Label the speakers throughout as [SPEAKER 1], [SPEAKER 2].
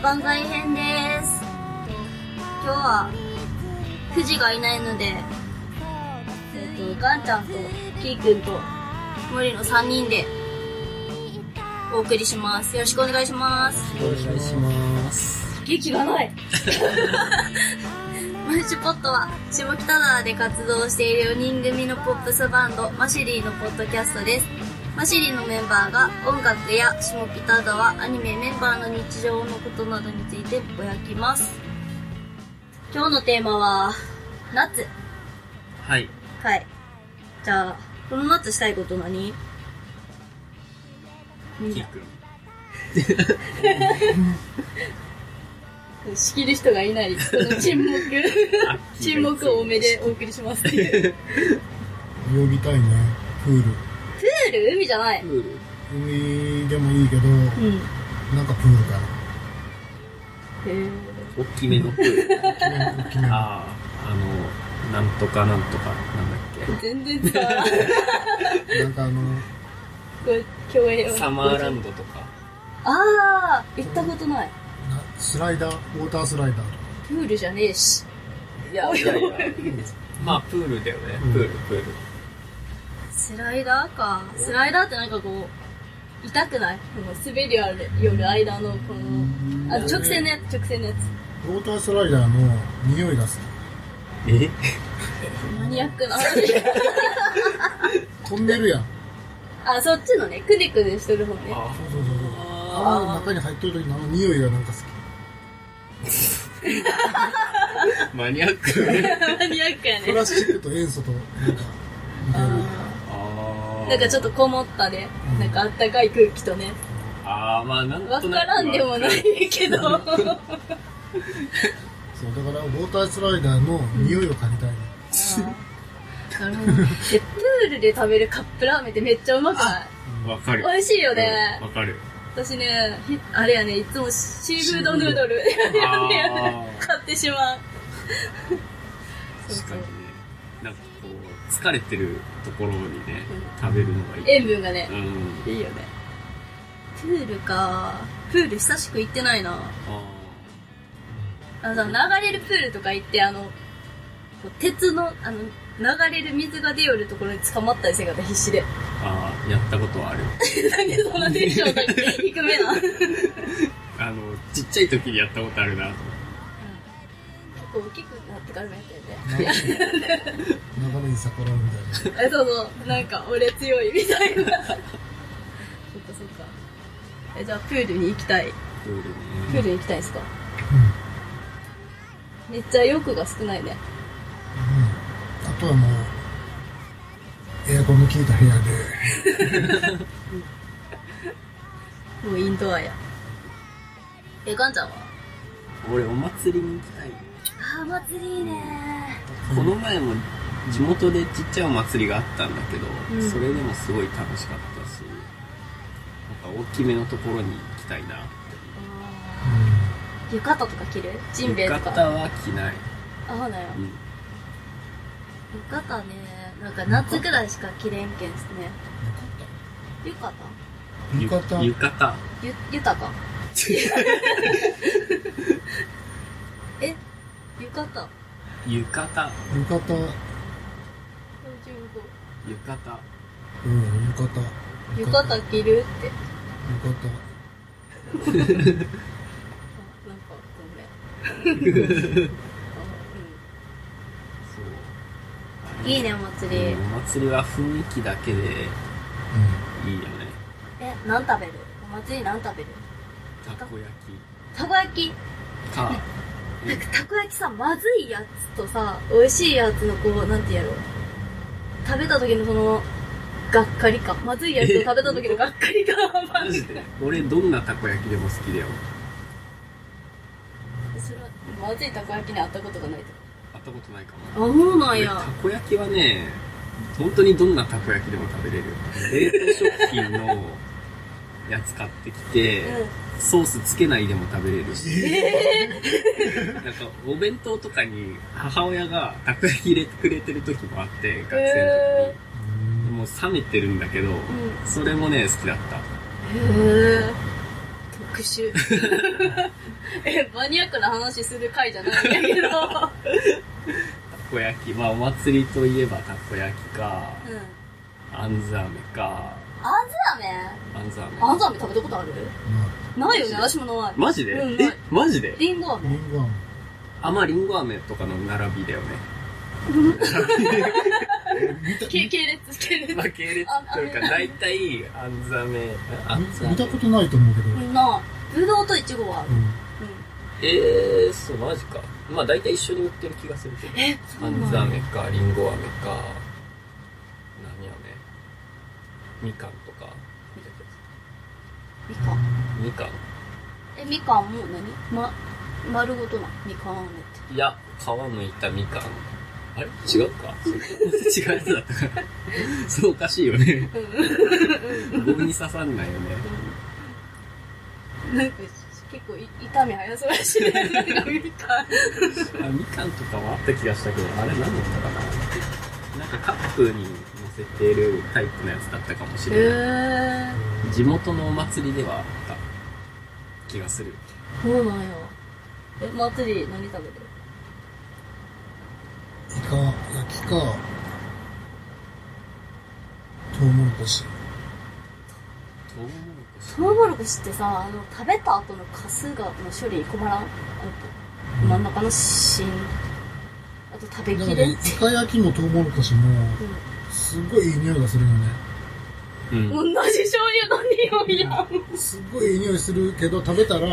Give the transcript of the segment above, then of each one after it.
[SPEAKER 1] 番外編ですで今日は富士がいないので、えっとガンちゃんとキーくんと森の3人でお送りしますよろしくお願いします
[SPEAKER 2] お願いします。
[SPEAKER 1] 劇がないマッシュポットは下北沢で活動している4人組のポップスバンドマシリーのポッドキャストですマシリーのメンバーが音楽や下北沢アニメメンバーの日常のことなどについてぼやきます今日のテーマは夏
[SPEAKER 2] はい。
[SPEAKER 1] はいじゃあこの夏したいこと何みん
[SPEAKER 2] キ
[SPEAKER 1] な
[SPEAKER 2] ー くん。
[SPEAKER 1] 仕切る人がいないこの沈黙
[SPEAKER 2] あ
[SPEAKER 1] 沈黙多め。でお送りしますっていう
[SPEAKER 3] 泳ぎたいねプール
[SPEAKER 1] プール海じゃない
[SPEAKER 2] キー。くんプール
[SPEAKER 3] 海でもいいけど
[SPEAKER 1] うん。へ
[SPEAKER 3] なんかプールか
[SPEAKER 1] え。
[SPEAKER 2] 大きめのプール。
[SPEAKER 3] な大き な
[SPEAKER 2] ああ、あの、なんとかなんとか、なんだっ
[SPEAKER 1] 全然さ、
[SPEAKER 3] 大きななんかあの
[SPEAKER 1] こう、競泳
[SPEAKER 2] け。
[SPEAKER 1] を。
[SPEAKER 2] サマーランドとか。
[SPEAKER 1] あー、行ったことない。
[SPEAKER 3] なスライダーウォータースライダーとか
[SPEAKER 1] プールじゃねえし。
[SPEAKER 2] いや、いやいや。まあ、プールだよね。プール、プール。
[SPEAKER 1] スライダーか。スライダーってなんかこう、痛くないこの滑りある、よる間のこの、あ、直線のやつ、直線のやつ。
[SPEAKER 3] ウォータースライダーの匂いがす
[SPEAKER 2] え
[SPEAKER 1] マニアックな。
[SPEAKER 3] る飛んでるやん
[SPEAKER 1] あ、そっちのね、くねくねしてる方ね。
[SPEAKER 2] あ
[SPEAKER 3] そうそうそうそう
[SPEAKER 2] あ
[SPEAKER 3] 泡の中に入っとる時のあの匂いがなんか好
[SPEAKER 2] ー、マニアック。
[SPEAKER 1] マニアックや
[SPEAKER 3] きプ
[SPEAKER 1] ね。
[SPEAKER 3] ラスチックと塩素となんかみたいな
[SPEAKER 2] ああ。
[SPEAKER 1] なんかちょっ
[SPEAKER 2] と。
[SPEAKER 1] とこもったね。なんかあったかい空気とね。
[SPEAKER 2] ああ、まあ、なん
[SPEAKER 1] わ
[SPEAKER 2] と
[SPEAKER 1] か
[SPEAKER 2] なく。
[SPEAKER 1] らんでもな。いけど。
[SPEAKER 3] そうだからウォータースライダーの匂いを嗅ぎたいね
[SPEAKER 1] なるほど。で、プールで食べるカップラーメンってめっちゃうまくない
[SPEAKER 2] わかる。
[SPEAKER 1] 美味しいよね
[SPEAKER 2] わかる。
[SPEAKER 1] 私ね、ひあれやね、いつもシーフードヌードル やねやね
[SPEAKER 2] あー
[SPEAKER 1] 買ってしまう。そう
[SPEAKER 2] 確
[SPEAKER 1] そ
[SPEAKER 2] か
[SPEAKER 1] う
[SPEAKER 2] にねなんかこう疲れてるところにね食べるのがいい、
[SPEAKER 1] 塩分がね
[SPEAKER 2] う、ん、
[SPEAKER 1] いいよね。プールか。プール久しく行ってないな。
[SPEAKER 2] あ
[SPEAKER 1] あのさ、流れるプールとか行って、あの、こう鉄の、あの、流れる水が出よるところに捕まったりせんかった必死で。
[SPEAKER 2] ーあーやったことはある
[SPEAKER 1] なんでそんなテンションが低め な。
[SPEAKER 2] あのちっちゃい時にやったことあるなと思っ
[SPEAKER 1] 結構大き
[SPEAKER 2] て
[SPEAKER 1] くなってからもやったよね。
[SPEAKER 3] 流れに逆らうみたい
[SPEAKER 1] えそうそうなんか俺強いみたいなそっかそっかえじゃあプールに行きたい
[SPEAKER 2] プール
[SPEAKER 1] プ
[SPEAKER 2] ね
[SPEAKER 1] ールに行きたいですか
[SPEAKER 3] なうん
[SPEAKER 1] めっちゃ欲が少ないね
[SPEAKER 3] うんあとはもう、エアコンの効いた部屋で、
[SPEAKER 1] もうインドアやえガンちゃんは
[SPEAKER 2] 俺お祭りに行きたい
[SPEAKER 1] あー祭りいいね
[SPEAKER 2] この前も地元でちっちゃいお祭りがあったんだけど、
[SPEAKER 1] うん
[SPEAKER 2] それでもすごい楽しかったしなんか大きめのところに行きたいなって
[SPEAKER 1] 浴衣とか着るジンベエと
[SPEAKER 2] 浴
[SPEAKER 1] か
[SPEAKER 2] 衣は着ない、
[SPEAKER 1] 合わないよ
[SPEAKER 2] うん、
[SPEAKER 1] 浴衣ねなんか夏ぐらいしか着れんけんですね浴衣
[SPEAKER 3] うん浴衣
[SPEAKER 2] ゆ浴衣
[SPEAKER 1] ゆ、豊かえ浴衣
[SPEAKER 2] 浴
[SPEAKER 3] 浴
[SPEAKER 2] 衣
[SPEAKER 3] 衣、
[SPEAKER 2] 浴衣
[SPEAKER 3] うん、浴衣。
[SPEAKER 1] 浴衣着るってあなん
[SPEAKER 3] 浴衣。
[SPEAKER 1] かごめん
[SPEAKER 2] そう
[SPEAKER 1] いいね、お祭り。
[SPEAKER 2] お祭りは雰囲気だけでいいよね
[SPEAKER 1] え、何食べるお祭り何食べる
[SPEAKER 2] たこ焼
[SPEAKER 1] たこ焼き。
[SPEAKER 2] きか
[SPEAKER 1] なんかたこ焼きさ、まずいやつとさ、美味しいやつのこう、なんてやろう。食べた時のその、がっかりか。まずい やつを食べた時のがっかりか。
[SPEAKER 2] マジで俺どんなたこ焼きでも好きだよ
[SPEAKER 1] それはまずいたこ焼きにあったことがないと。
[SPEAKER 2] 会ったことないか
[SPEAKER 1] あ、
[SPEAKER 2] も
[SPEAKER 1] そうなん
[SPEAKER 2] 俺
[SPEAKER 1] や
[SPEAKER 2] た。こ焼きはね本当にどんなたこ焼きでも食べれる冷凍食品のやつ買ってきて、ソースつけないでも食べれるし
[SPEAKER 1] え
[SPEAKER 2] なんかお弁当とかに母親がたこ焼き入れてくれてる時もあって学生の時に、
[SPEAKER 1] へ
[SPEAKER 3] うん。
[SPEAKER 2] もう冷めてるんだけど、
[SPEAKER 1] ん
[SPEAKER 2] それもね好きだった
[SPEAKER 1] ぇー。復讐。 え、マニアックな話する回じゃないんだけ ど。
[SPEAKER 2] たこ焼き。まあ、お祭りといえばたこ焼きか、
[SPEAKER 1] うん。
[SPEAKER 2] あんず飴か、
[SPEAKER 1] あんず飴
[SPEAKER 2] あんず
[SPEAKER 1] あ
[SPEAKER 2] 飴。
[SPEAKER 1] んず飴食べたことある
[SPEAKER 3] ま
[SPEAKER 1] ないよね、私もない。
[SPEAKER 2] マジで、
[SPEAKER 1] うんない
[SPEAKER 2] え、マジで
[SPEAKER 1] リンゴ
[SPEAKER 3] あ、リンゴは
[SPEAKER 2] あ、まあ、リンゴ飴とかの並びだよね。
[SPEAKER 1] 飴。け系列、系列。
[SPEAKER 2] まあ、系列というか、
[SPEAKER 1] あ
[SPEAKER 2] 大体、あんざめ、あんざ
[SPEAKER 3] 見見た
[SPEAKER 2] め。
[SPEAKER 3] ことないと思うけど。
[SPEAKER 1] ない。ぶどうといちごはある。
[SPEAKER 3] う
[SPEAKER 1] うん
[SPEAKER 2] えー、そう、マジか。まあ、大体一緒に売ってる気がするけど。
[SPEAKER 1] え、
[SPEAKER 2] あ
[SPEAKER 1] そうんな
[SPEAKER 2] ざ
[SPEAKER 1] んだ
[SPEAKER 2] めか、りんご飴か、何飴みかんとか。
[SPEAKER 1] みかん。
[SPEAKER 2] みかん
[SPEAKER 1] え、みかんも何ま、丸ごとな。みかん飴って。
[SPEAKER 2] いや、皮むいたみかん。あれ違うか 違うやつだったかな。そうおかしいよね。ゴムに刺さんないよね。
[SPEAKER 1] なんか、 結構い痛み早そうだしね。なんかみかん。
[SPEAKER 2] あみかんとかはあった気がしたけど、あれ何だったかななんかカップに乗せてるタイプのやつだったかもし
[SPEAKER 1] へ
[SPEAKER 2] れない。
[SPEAKER 1] えー。
[SPEAKER 2] 地元のお祭りではあった気がする。
[SPEAKER 1] そうなんや。え、祭り何食べてる
[SPEAKER 3] イカ、焼きか、トウモロコシ。
[SPEAKER 2] トウモロコシ
[SPEAKER 1] トウモロコシってさ、あの、食べた後のカスが、の処理困らんあの真ん中の芯。あと食べ
[SPEAKER 3] だ
[SPEAKER 1] き
[SPEAKER 3] か
[SPEAKER 1] れ
[SPEAKER 3] ら、
[SPEAKER 1] ん
[SPEAKER 3] イカ焼きもトウモロコシも、すっごいいい匂いがするよね。
[SPEAKER 2] う
[SPEAKER 1] 同
[SPEAKER 2] ん。
[SPEAKER 1] じ醤油の匂いやん。
[SPEAKER 3] すっごいいい匂いするけど、食べたら、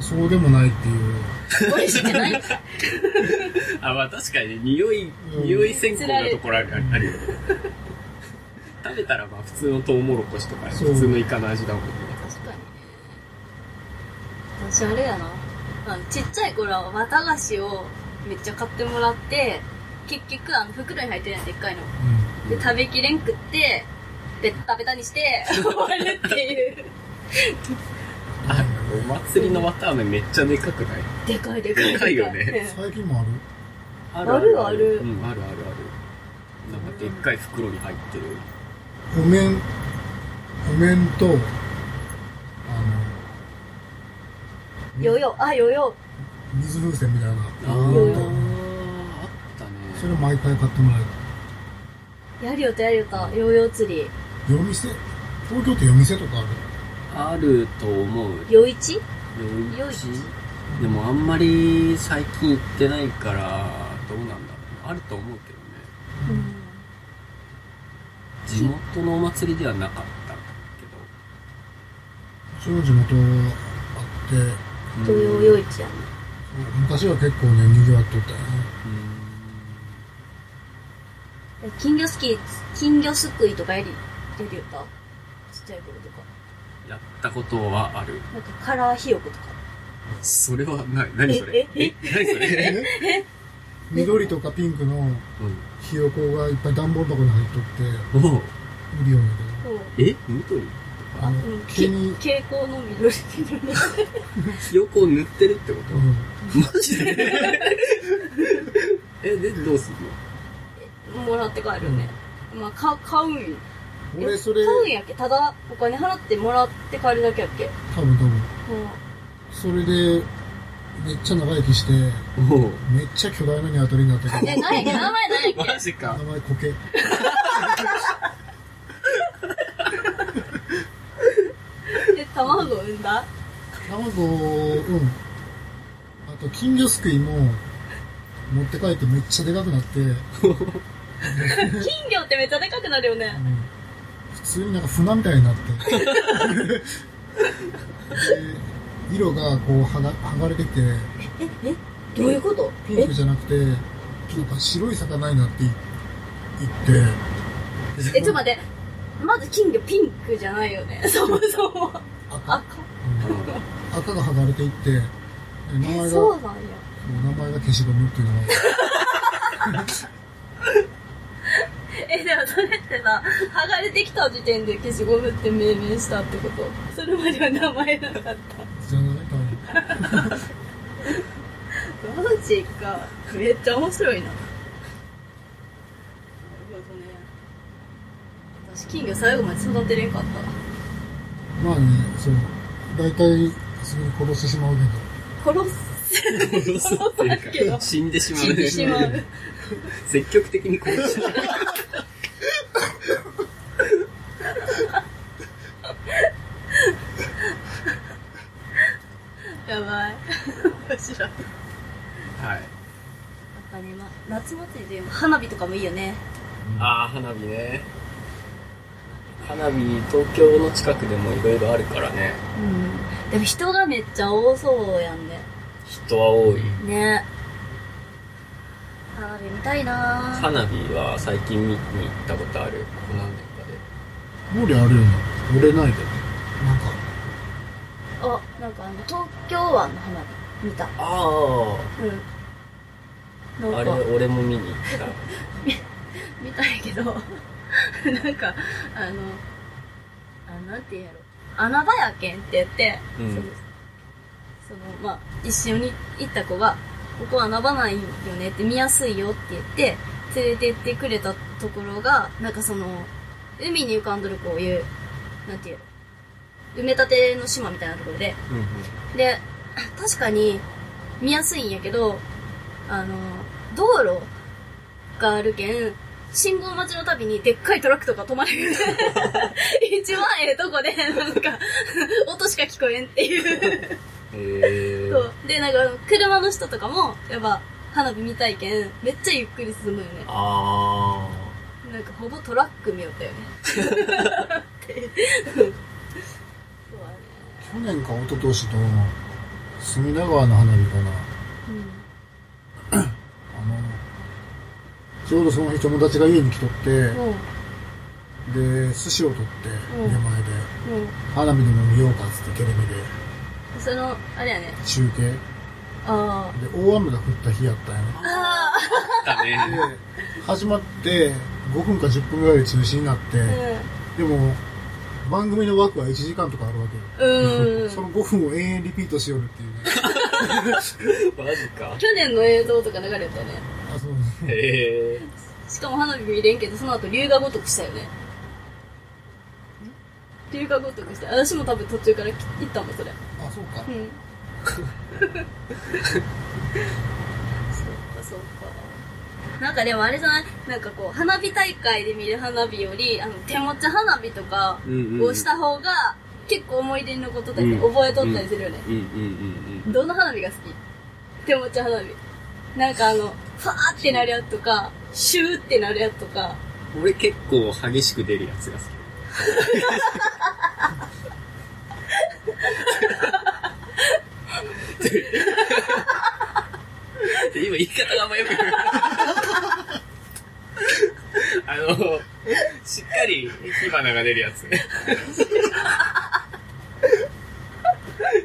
[SPEAKER 3] そうでもないっていう。
[SPEAKER 1] 美味しくない
[SPEAKER 2] あ、まあ確かに匂い、
[SPEAKER 3] うん
[SPEAKER 2] 匂い線香のところあるあるよね。食べたらまあ普通のトウモロコシとか普
[SPEAKER 3] そう
[SPEAKER 2] 通のイカの味だもんね。
[SPEAKER 1] 確かにね。私あれやな。あのちっちゃい頃は綿菓子をめっちゃ買ってもらって、結局あの袋に入ってるやん、でっかいの。で、食べきれんくって、ベッタベタにして、終わるっていう。
[SPEAKER 2] あお祭りの綿飴めっちゃでかくない
[SPEAKER 1] でかいでかい。
[SPEAKER 2] でかいよね
[SPEAKER 3] 最近もある
[SPEAKER 2] あ
[SPEAKER 1] るあるある
[SPEAKER 2] うん、あるあるある。なんかでっかい袋に入ってる。
[SPEAKER 3] お面、お面と、あ
[SPEAKER 1] うん。ヨヨ、あ、ヨヨ。
[SPEAKER 3] の、水風船みたいな。
[SPEAKER 1] ー
[SPEAKER 2] ああ、あった
[SPEAKER 3] そ
[SPEAKER 2] ね。
[SPEAKER 3] れ毎回買ってもらえる。
[SPEAKER 1] やるよとやるよと、ヨヨ釣り。
[SPEAKER 3] 夜店東京って夜店とかある
[SPEAKER 2] あると思う。
[SPEAKER 1] ヨイチ
[SPEAKER 2] よ
[SPEAKER 1] よ
[SPEAKER 2] い
[SPEAKER 1] い
[SPEAKER 2] しでもあんまり最近行ってないから、どうなんだろう。あると思うけどね。
[SPEAKER 1] うん。
[SPEAKER 2] 地元のお祭りではなかったけ
[SPEAKER 3] うちの地元あって、
[SPEAKER 2] ど。
[SPEAKER 1] ヨ
[SPEAKER 2] うん
[SPEAKER 1] ヨヨイチやね。
[SPEAKER 3] 昔は結構ね、賑わっとったよね。
[SPEAKER 2] うん
[SPEAKER 1] 金魚すくい、金魚すくいとかやり、やるよと。ちっちゃい頃とか。
[SPEAKER 2] やったことはある。
[SPEAKER 1] なんかカラーひよことか。
[SPEAKER 2] それはない。何それ
[SPEAKER 1] ええ
[SPEAKER 2] 何それ
[SPEAKER 3] え緑とかピンクのひよこがいっぱい段ボール箱に入っとって、
[SPEAKER 2] うん。おう
[SPEAKER 3] 売るようにな
[SPEAKER 1] そう。
[SPEAKER 2] え緑
[SPEAKER 3] けど、
[SPEAKER 1] あ
[SPEAKER 3] あ
[SPEAKER 1] う
[SPEAKER 3] の
[SPEAKER 1] ん、
[SPEAKER 3] 急に、
[SPEAKER 1] け蛍光の緑。
[SPEAKER 2] ひよこを塗ってるってこ
[SPEAKER 3] うん
[SPEAKER 2] とマジで え、で、どうすんの
[SPEAKER 1] もらって帰るね。まあ、買う、買うんよ
[SPEAKER 3] 俺それ、
[SPEAKER 1] 買うん
[SPEAKER 3] 多
[SPEAKER 1] やっけただ、お金払ってもらって帰るだけやっけうん。
[SPEAKER 3] 分多分。それで、めっちゃ長生きして、
[SPEAKER 2] おう
[SPEAKER 3] めっちゃ巨大なニワトリになったけど
[SPEAKER 1] え、、何やっけ名前何やっ
[SPEAKER 2] マジか
[SPEAKER 3] 名。前コケ。
[SPEAKER 1] けえ、卵産んだ
[SPEAKER 3] 卵、うん。あと、金魚すくいも、持って帰ってめっちゃでかくなって、うん
[SPEAKER 1] 金魚ってめっちゃでかくなるよね。
[SPEAKER 3] 普通になんか船みたいになって。 で色がこうはが、剥がれてて、
[SPEAKER 1] え、えどういうこと
[SPEAKER 3] ピン
[SPEAKER 1] え
[SPEAKER 3] クじゃなくて、なんか白い魚になっていって、
[SPEAKER 1] え、ちょっと待って。まず金魚ピンクじゃないよね。 そもそも。
[SPEAKER 3] 赤、
[SPEAKER 1] 赤。
[SPEAKER 3] うん赤が剥がれていって、で名前
[SPEAKER 1] え、
[SPEAKER 3] が、
[SPEAKER 1] そうなんや。
[SPEAKER 3] 名前が消しゴムっていう名前。
[SPEAKER 1] え、でもそれってさ、剥がれてきた時点で消しゴムって命名したってことそれまでは名前なかった。
[SPEAKER 3] じゃない多分。
[SPEAKER 1] マジか。めっちゃ面白いな。なるほどね。私、金魚最後まで育てれんかったわ。
[SPEAKER 3] まあね、そう。大体、すぐに殺してしまうけど。
[SPEAKER 1] 殺す。
[SPEAKER 2] 殺すって
[SPEAKER 1] 殺すけ
[SPEAKER 2] いう
[SPEAKER 1] ど
[SPEAKER 2] か、 死んでしまう。
[SPEAKER 1] 死んでしまう。
[SPEAKER 2] 積極的に殺しちゃう。
[SPEAKER 1] やばい。面白い。
[SPEAKER 2] はい。
[SPEAKER 1] なんかね、ま、夏祭りで花火とかもいいよね。
[SPEAKER 2] ああ、花火ね。花火、東京の近くでもいろいろあるからね。
[SPEAKER 1] うん。でも人がめっちゃ多そうやんね。
[SPEAKER 2] 人は多い。
[SPEAKER 1] ね。花火見たいなぁ。
[SPEAKER 2] 花火は最近見に行ったことある。この
[SPEAKER 3] 毛
[SPEAKER 2] 何年かで。
[SPEAKER 3] 利あるよな。売れないで。なんか、
[SPEAKER 1] あ、なんかあの、東京湾の花火見た。
[SPEAKER 2] あ
[SPEAKER 1] うん。
[SPEAKER 2] あ、
[SPEAKER 1] な
[SPEAKER 2] あ
[SPEAKER 1] ん
[SPEAKER 2] れ
[SPEAKER 1] か、
[SPEAKER 2] 俺も見に行った。
[SPEAKER 1] 見たいけど、なんか、あの、あなんて言うんやろ。穴場やけんって言って、
[SPEAKER 2] う
[SPEAKER 1] そ
[SPEAKER 2] ん
[SPEAKER 1] の、その、まあ、一緒に行った子が、ここ穴場ないよねって見やすいよって言って、連れてってくれたところが、なんかその、海に浮かんどるこういう、なんて言うの埋め立ての島みたいなところで、
[SPEAKER 2] うん
[SPEAKER 1] で、確かに見やすいんやけど、あの、道路があるけん、信号待ちのたびにでっかいトラックとか止まる。 一番ええとこで、なんか、音しか聞こえんっていう。
[SPEAKER 2] え
[SPEAKER 1] そう。で、なんかあの、車の人とかも、やっぱ、花火見たいけん、めっちゃゆっくり進むよね。
[SPEAKER 2] あ
[SPEAKER 1] なんか、ほぼトラック見よった よね。ってそうだね。
[SPEAKER 3] 去年か一昨年の、隅田川の花火かな。
[SPEAKER 1] うん。
[SPEAKER 3] あの、ちょうどその日友達が家に来とって、
[SPEAKER 1] も
[SPEAKER 3] で、寿司を取って、
[SPEAKER 1] ん
[SPEAKER 3] 出前で、
[SPEAKER 1] う、もう、
[SPEAKER 3] 花火でも見ようかっつってテレビで、
[SPEAKER 1] その、あれやね。
[SPEAKER 3] 中継。で、
[SPEAKER 1] あ
[SPEAKER 3] 大雨が降った日やったんや
[SPEAKER 1] あ。ああ。
[SPEAKER 2] あ。だね。
[SPEAKER 3] ね。で、始まって、5分か10分ぐらいで中止になって、でも、番組の枠は1時間とかあるわけよ。
[SPEAKER 1] うん。うん
[SPEAKER 3] その5分を延々リピートしよるっていうね。
[SPEAKER 2] マジか。
[SPEAKER 1] 去年の映像とか流れたね。
[SPEAKER 3] あ、そう
[SPEAKER 2] へえ。
[SPEAKER 1] しかも花火見れんけど、その後龍が如くしたよね。龍が如くした。私も多分途中からき行ったもん、それ。
[SPEAKER 3] あ、そうか
[SPEAKER 1] う。ん。そうか、そうか。なんかでもあれじゃないなんかこう、花火大会で見る花火より、あの、手持ち花火とか
[SPEAKER 2] うんうんうん
[SPEAKER 1] をした方が、結構思い出に残っとったり、
[SPEAKER 2] うん
[SPEAKER 1] 覚えとったりするよね。
[SPEAKER 2] うんうんうん
[SPEAKER 1] どの花火が好き手持ち花火。なんかあの、ファーってなるやつとか、シューってなるやつとか、
[SPEAKER 2] うん。俺結構激しく出るやつが好き。で今言い方があんまよくないあの、しっかり火花が出るやつね。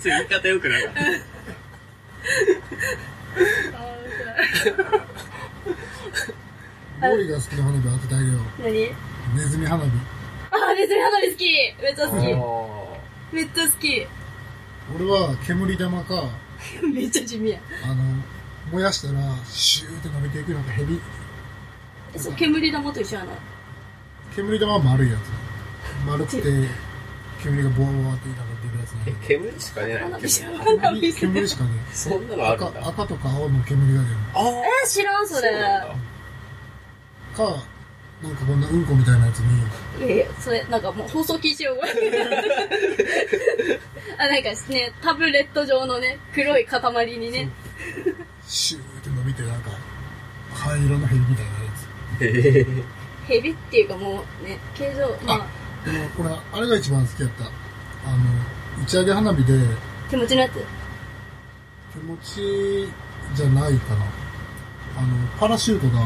[SPEAKER 2] ちょ言い方よくなかった。
[SPEAKER 3] ゴリが好きな花火当ててあげよう。
[SPEAKER 1] 何
[SPEAKER 3] ネズミ花火。
[SPEAKER 1] あ、ネズミ花火好きめっちゃ好き
[SPEAKER 2] あ
[SPEAKER 1] めっちゃ好き
[SPEAKER 3] 俺は煙玉か、
[SPEAKER 1] めっちゃ地味や。
[SPEAKER 3] あの、燃やしたら、シューって伸びていくなんかヘビ。
[SPEAKER 1] えそう、煙玉と一緒やな。
[SPEAKER 3] 煙玉は丸いやつ。丸 くて、煙がボワボワってなんか出るやつ
[SPEAKER 2] ーえ
[SPEAKER 3] ね。
[SPEAKER 2] 煙しか出ない
[SPEAKER 1] 花火じゃん。
[SPEAKER 2] 煙
[SPEAKER 1] 花火好き。
[SPEAKER 3] 煙しかね、
[SPEAKER 2] そんなのある
[SPEAKER 3] 赤
[SPEAKER 2] んだ。
[SPEAKER 3] 赤とか青の煙が出る。
[SPEAKER 2] あー
[SPEAKER 1] え、知らん、それ。
[SPEAKER 2] うなんだ
[SPEAKER 3] か、なんかこんなうんこみたいなやつに、
[SPEAKER 1] いやいや、それ、なんかもう放送禁止用語あ、なんかね、タブレット状のね、黒い塊にね、
[SPEAKER 3] シューって伸びて、なんか、灰色のヘビみたいなやつ。
[SPEAKER 2] へー
[SPEAKER 1] ヘビっていうかもうね、形状、まあ、
[SPEAKER 3] でも、俺、あれが一番好きやった。あの、打ち上げ花火で、
[SPEAKER 1] 手持ちのやつ。
[SPEAKER 3] 手持ちじゃないかな。あの、パラシュートが、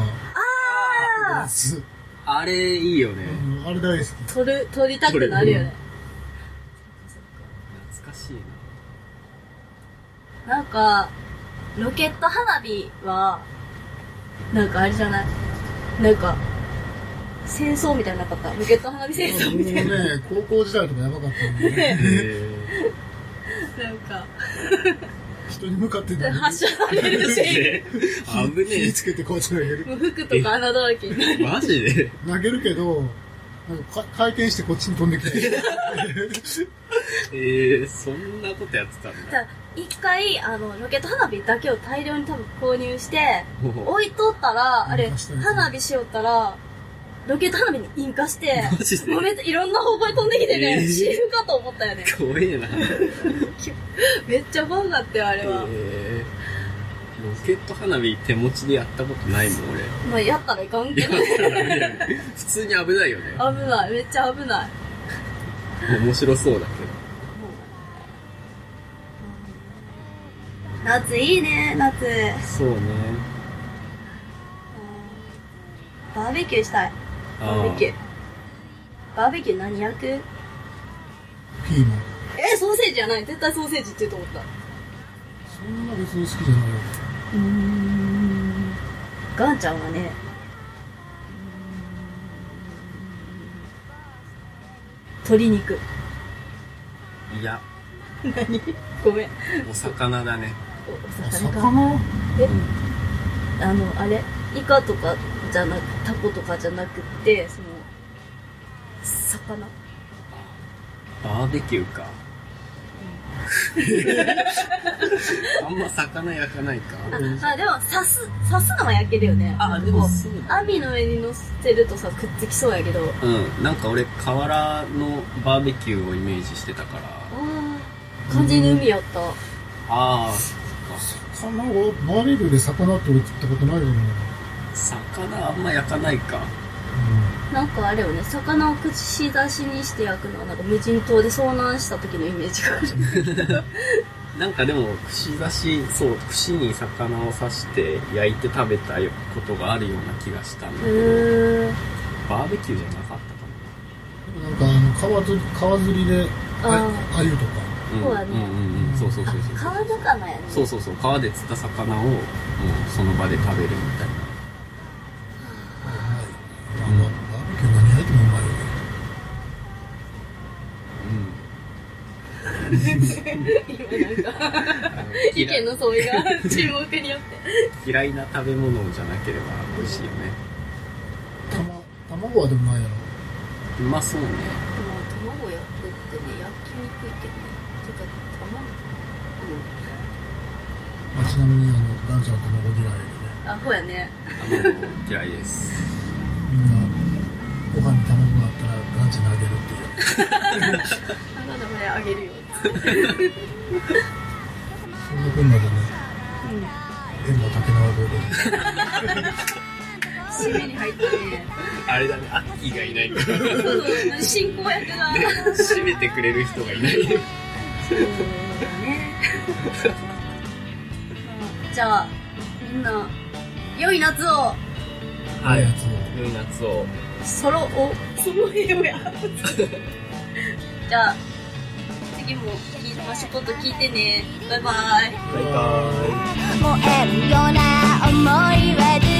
[SPEAKER 1] あ
[SPEAKER 3] す
[SPEAKER 2] あれ、いいよね。
[SPEAKER 3] うんあれ大好き。
[SPEAKER 1] あ取る、取りたくなるよね。
[SPEAKER 2] 懐かしい
[SPEAKER 1] なんか、ロケット花火は、なんかあれじゃないなんか、戦争みたいなのなかった。ロケット花火戦
[SPEAKER 3] 僕
[SPEAKER 1] 争
[SPEAKER 3] も
[SPEAKER 1] みたいな。
[SPEAKER 3] ね、高校時代とかやばかったんで、
[SPEAKER 2] な。へ
[SPEAKER 1] なんか、
[SPEAKER 3] 人に向 かって
[SPEAKER 1] 発射されるし、
[SPEAKER 2] え。危
[SPEAKER 3] 火
[SPEAKER 2] ね
[SPEAKER 3] つけてこうやって投げる。
[SPEAKER 1] もう服とか穴だらけになる。
[SPEAKER 2] え。マジで
[SPEAKER 3] 投げるけど、なんかか回転してこっちに飛んで きて。
[SPEAKER 2] ええそんなことやってたん
[SPEAKER 1] じゃ
[SPEAKER 2] だ。
[SPEAKER 1] あ一回、あの、ロケット花火だけを大量に多分購入して、
[SPEAKER 2] ほほ
[SPEAKER 1] 置いとったら、あれ、
[SPEAKER 3] 引火したやつ
[SPEAKER 1] 花火しよったら、ロケット花火に引火して、
[SPEAKER 2] マジで
[SPEAKER 1] もうめっちゃいろんな方向に飛んできてね、
[SPEAKER 2] えー
[SPEAKER 1] 死ぬかと思ったよね。
[SPEAKER 2] 怖えな。
[SPEAKER 1] めっちゃ怖かったよ、あれは。
[SPEAKER 2] えーロケット花火手持ちでやったことないもん、俺。
[SPEAKER 1] まあ、やったらいかん
[SPEAKER 2] い
[SPEAKER 1] け
[SPEAKER 2] や
[SPEAKER 1] ど、
[SPEAKER 2] 普通に危ないよね。
[SPEAKER 1] 危ない、めっちゃ危ない。
[SPEAKER 2] 面白そうだ
[SPEAKER 1] 夏いいね、夏。うん
[SPEAKER 2] けど。そうね。
[SPEAKER 1] バーベキューしたい。バーベキュー。バーベキュー何焼くえ、
[SPEAKER 3] ピーマン。
[SPEAKER 1] ソーセージじゃない。絶対ソーセージって言うと思った。
[SPEAKER 3] そんな別に好きじゃないよ。
[SPEAKER 1] うーんガンちゃんはね鶏肉
[SPEAKER 2] ーいや、
[SPEAKER 1] 何ごめん
[SPEAKER 2] お魚だね。
[SPEAKER 1] お
[SPEAKER 3] あ
[SPEAKER 1] お魚か
[SPEAKER 3] 魚
[SPEAKER 1] あのあれイカとかじゃなくタコとかじゃなくってその魚
[SPEAKER 2] バーベキューか。 あんま魚焼かないか。
[SPEAKER 1] ああでも刺す刺すのは焼けるよね
[SPEAKER 2] あ、でもそうだ。
[SPEAKER 1] 網の上に乗せるとさくっつきそうやけどあ
[SPEAKER 2] うん、なんか俺、河原のバーベキューをイメージしてたから。
[SPEAKER 1] あ肝心の海やった、
[SPEAKER 2] ああ、そっ
[SPEAKER 3] 魚をバーベキューで魚って俺食ったことないよね。
[SPEAKER 2] か。魚あんま焼かないか。
[SPEAKER 1] なんかあれよね、魚を串刺しにして焼くのはなんか無人島で遭難した時のイメージがある。
[SPEAKER 2] なんかでも、串刺し、そう、串に魚を刺して焼いて食べたことがあるような気がしたんだけど、
[SPEAKER 1] へー
[SPEAKER 2] バーベキューじゃなかった
[SPEAKER 3] うん。なんかあの、川釣り、川釣りで、
[SPEAKER 1] あ
[SPEAKER 3] あゆとか。
[SPEAKER 2] かも。
[SPEAKER 1] そうだね
[SPEAKER 2] んうんうん。そうそうそう
[SPEAKER 1] あ、
[SPEAKER 2] そう。
[SPEAKER 1] 川魚やね。
[SPEAKER 2] そうそうそう。川で釣った魚を、もうその場で食べるみたいな。
[SPEAKER 3] あのバーベキュー何入ってもうまいよね。
[SPEAKER 1] 今なんか、
[SPEAKER 2] うん。
[SPEAKER 1] 意見の相違が注目によって。
[SPEAKER 2] 嫌いな食べ物じゃなければ美味しいよね。
[SPEAKER 3] たま、卵はでもないやろ。
[SPEAKER 2] うまそうね。
[SPEAKER 1] でも卵焼くってね、焼きにくいけどね。てか、卵
[SPEAKER 3] まあ、ちなみにあの、ガンちゃんは卵嫌いでね。
[SPEAKER 1] うん。あ、ほやね。
[SPEAKER 2] 卵嫌いです。
[SPEAKER 3] みんな、ご飯に卵があったらガンちゃんにあげるっていう。
[SPEAKER 1] 魚の骨あげるよ。
[SPEAKER 3] そんなこんなでね、
[SPEAKER 1] うん。
[SPEAKER 3] 縁も竹縄で。
[SPEAKER 1] 締めに入ってね。
[SPEAKER 2] あれだね、アッキーがい ないから。
[SPEAKER 1] そうそう、進行役が。
[SPEAKER 2] 締めてくれる人がい ない。
[SPEAKER 1] そうだね。じゃあ、みんな、良い夏を、
[SPEAKER 2] はい
[SPEAKER 3] やつを。
[SPEAKER 2] 良い夏を。
[SPEAKER 1] そろ、お、そろえようや。じゃあ、次も聞いてましょう。今度聞いてね。バイバイ。
[SPEAKER 2] バイバーイ。
[SPEAKER 4] 燃えるような想いはず